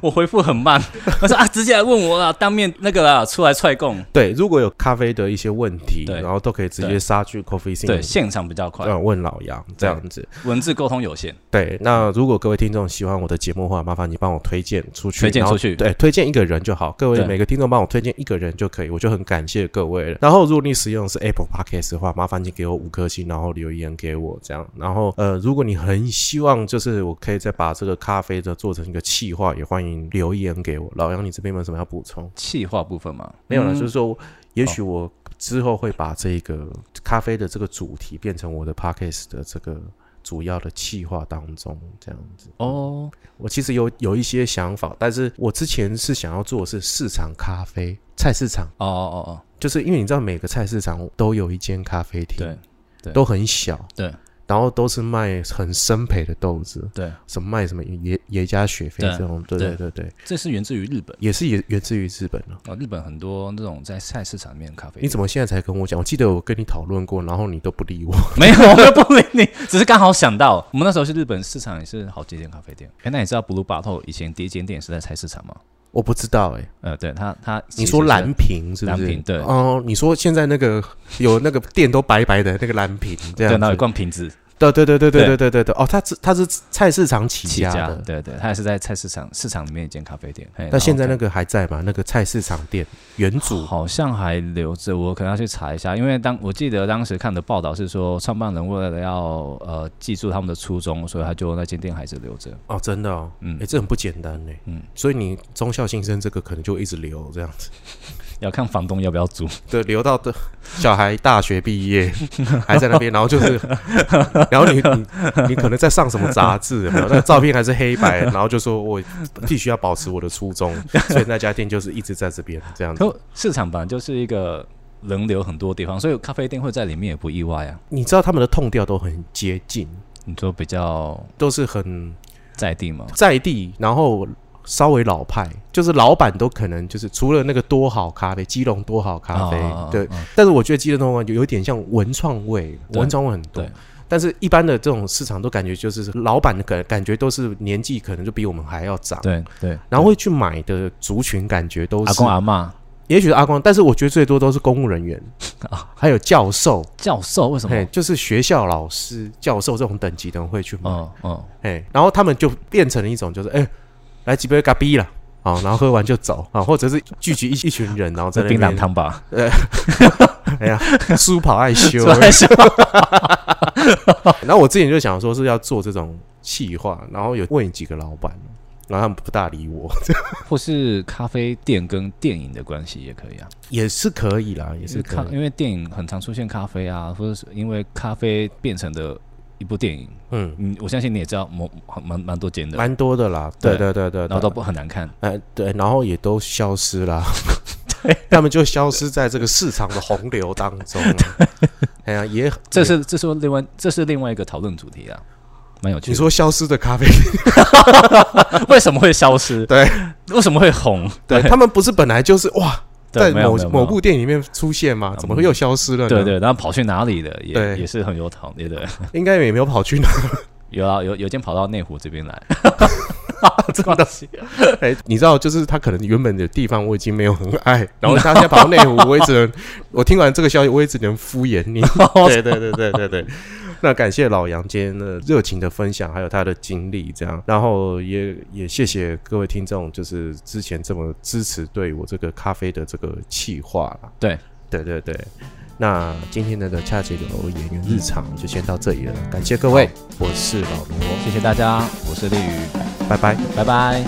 S2: 我回复很慢。 我说啊，直接来问我啦，当面那个啦，出来踹供。
S1: 对，如果有咖啡的一些问题，
S2: 对
S1: 然后都可以直接
S2: 对
S1: 杀去 Coffee
S2: 对，
S1: Scene，
S2: 现场比较快，
S1: 嗯，问老杨这样子。
S2: 文字沟通有限。
S1: 对，那如果各位听众喜欢我的节目的话，麻烦你帮我推荐出去，
S2: 推荐
S1: 然后
S2: 出去
S1: 对，推荐一个人就好。各位
S2: 对
S1: 每个听众帮我推荐一个人就可以，我就很感谢各位了。然后，如果你使用的是 Apple Podcast 的话，麻烦你给我五颗星，然后留言给我这样。然后，呃，如果你很希望就是我可以再把这个咖啡的做成一个企划，也欢迎留言给我。老杨，你这边有没有什么要补充？
S2: 气化部分嘛，嗯
S1: 没有了，就是
S2: 是
S1: 说，也
S2: 哦
S1: 许我之后会把这个咖啡的这个主题变成我的 podcast 的这个主要的企划当中，这样子。
S2: 哦，
S1: 我其实有有一些想法，但是我之前是想要做的是市场咖啡菜市场，
S2: 哦哦哦，
S1: 就是因为你知道每个菜市场都有一间咖啡厅，
S2: 对，
S1: 都很小，
S2: 对。
S1: 然后都是卖很生培的豆子，
S2: 对，
S1: 什么卖什么耶耶加雪菲
S2: 对
S1: 这种，对对对对，
S2: 这是源自于日本
S1: 也是也源自于日本啊。
S2: 哦，日本很多那种在菜市场里面的咖啡
S1: 你
S2: 店。
S1: 怎么现在才跟我讲？我记得我跟你讨论过，然后你都不理我。
S2: 没有，我没有不理你，只是刚好想到，我们那时候去日本市场也是好几间咖啡店。哎、那你知道 Blue Bottle 以前第一间店是在菜市场吗？
S1: 我不知道哎、
S2: 呃，对，它它
S1: 你说蓝瓶是不是？
S2: 蓝瓶对
S1: 哦，你说现在那个有那个店都白白的那个蓝瓶这
S2: 对，
S1: 样
S2: 那有
S1: 子，
S2: 逛瓶子
S1: 对对对对对对对对对。哦，它是它是菜市场起
S2: 起
S1: 家
S2: 家，
S1: 的，
S2: 对对，它也是在菜市场市场里面一间咖啡店。嘿
S1: 那现在
S2: 然后
S1: 那个还在吗？那个菜市场店原主
S2: 好像还留着，我可能要去查一下，因为当我记得当时看的报道是说，创办人为了要呃记住他们的初衷，所以他就那间店还是留着。
S1: 哦，真的哦，
S2: 嗯
S1: 哎，这很不简单哎。
S2: 嗯，
S1: 所以你忠孝新生这个可能就一直留这样子，
S2: 要看房东要不要租。
S1: 对，留到的小孩大学毕业还在那边，然后就是，然后你你你可能在上什么杂志，有没有那个照片还是黑白，然后就说我必须要保持我的初衷，所以那家店就是一直在这边这样子。
S2: 可市场本来就是一个人流很多的地方，所以咖啡店会在里面也不意外啊。
S1: 你知道他们的痛调都很接近，
S2: 你说比较
S1: 都是很
S2: 在地嘛，
S1: 在地，然后稍微老派，就是老板都可能就是除了那个多好咖啡，基隆多好咖啡，
S2: 啊
S1: 对，，
S2: 啊啊
S1: 但是我觉得基隆多好有有点像文创味，
S2: 对
S1: 文创味很多
S2: 对。
S1: 但是，一般的这种市场都感觉就是老板的感感觉都是年纪可能就比我们还要长，
S2: 对对，
S1: 然后会去买的族群感觉都是
S2: 阿公啊阿妈
S1: 也许是阿公，但是我觉得最多都是公务人 员啊，还有教授，
S2: 教授为什哦么
S1: 嘿，？就是学校老师、教授这种等级的人会去买，
S2: 嗯嗯，
S1: 哎，然后他们就变成了一种，就是哎、来几杯咖啡啦，啊、然后喝完就走啊，或者是聚集一一群人，然后在
S2: 这
S1: 那
S2: 槟榔
S1: 边
S2: 汤吧，
S1: 哎呀， 书跑爱 修。
S2: 说来说
S1: 然后我之前就想说是要做这种企划，然后有问几个老板，然后他们不大理我，
S2: 或是咖啡店跟电影的关系也可以啊。
S1: 也是可以啦，也
S2: 也
S1: 是
S2: 是
S1: 可
S2: 咖，
S1: 以。
S2: 因为电影很常出现咖啡啊，或者是因为咖啡变成的一部电影，
S1: 嗯，
S2: 嗯，我相信你也知道，蛮蛮蛮多间的，
S1: 蛮多的啦，对
S2: 对
S1: 对对对，
S2: 然后都不很难看，
S1: 哎对，然后也都消失 啦，对， 他们就消失在这个市场的洪流当中 啊。哎呀，也
S2: 这是这是另外这是另外一个讨论主题啊，
S1: 嗯
S2: 蛮有趣的。
S1: 你说消失的咖 啡，
S2: 为什么会消 失？
S1: 对，
S2: 为什么会红？
S1: 对他们不是本来就是哇，在
S2: 对，没有
S1: 某
S2: 没有
S1: 某
S2: 没有
S1: 部电影里面出现吗？怎么会又消失了呢？
S2: 对，对，然后跑去哪里了，也
S1: 对
S2: 也是很有讨论的。
S1: 应该也没有跑去哪。
S2: 有啊，有有间跑到内湖这边来，这么东西
S1: 哎，你知道，就是他可能原本的地方我已经没有很 爱，然后他现在跑到内湖，我也只能， 我听完这个消息，我也只能敷衍你。哦 对对对对对对。那感谢老杨今天的热情的分享，还有他的经历，这样，然后也也谢谢各位听众，就是之前这么支持对我这个咖啡的这个企划啦。
S2: 对
S1: 对对对。那今天的的恰吉流演员日常就先到这里了，感谢各位，我是老罗，
S2: 谢谢大家，我是丽宇，
S1: 拜拜。
S2: 拜拜。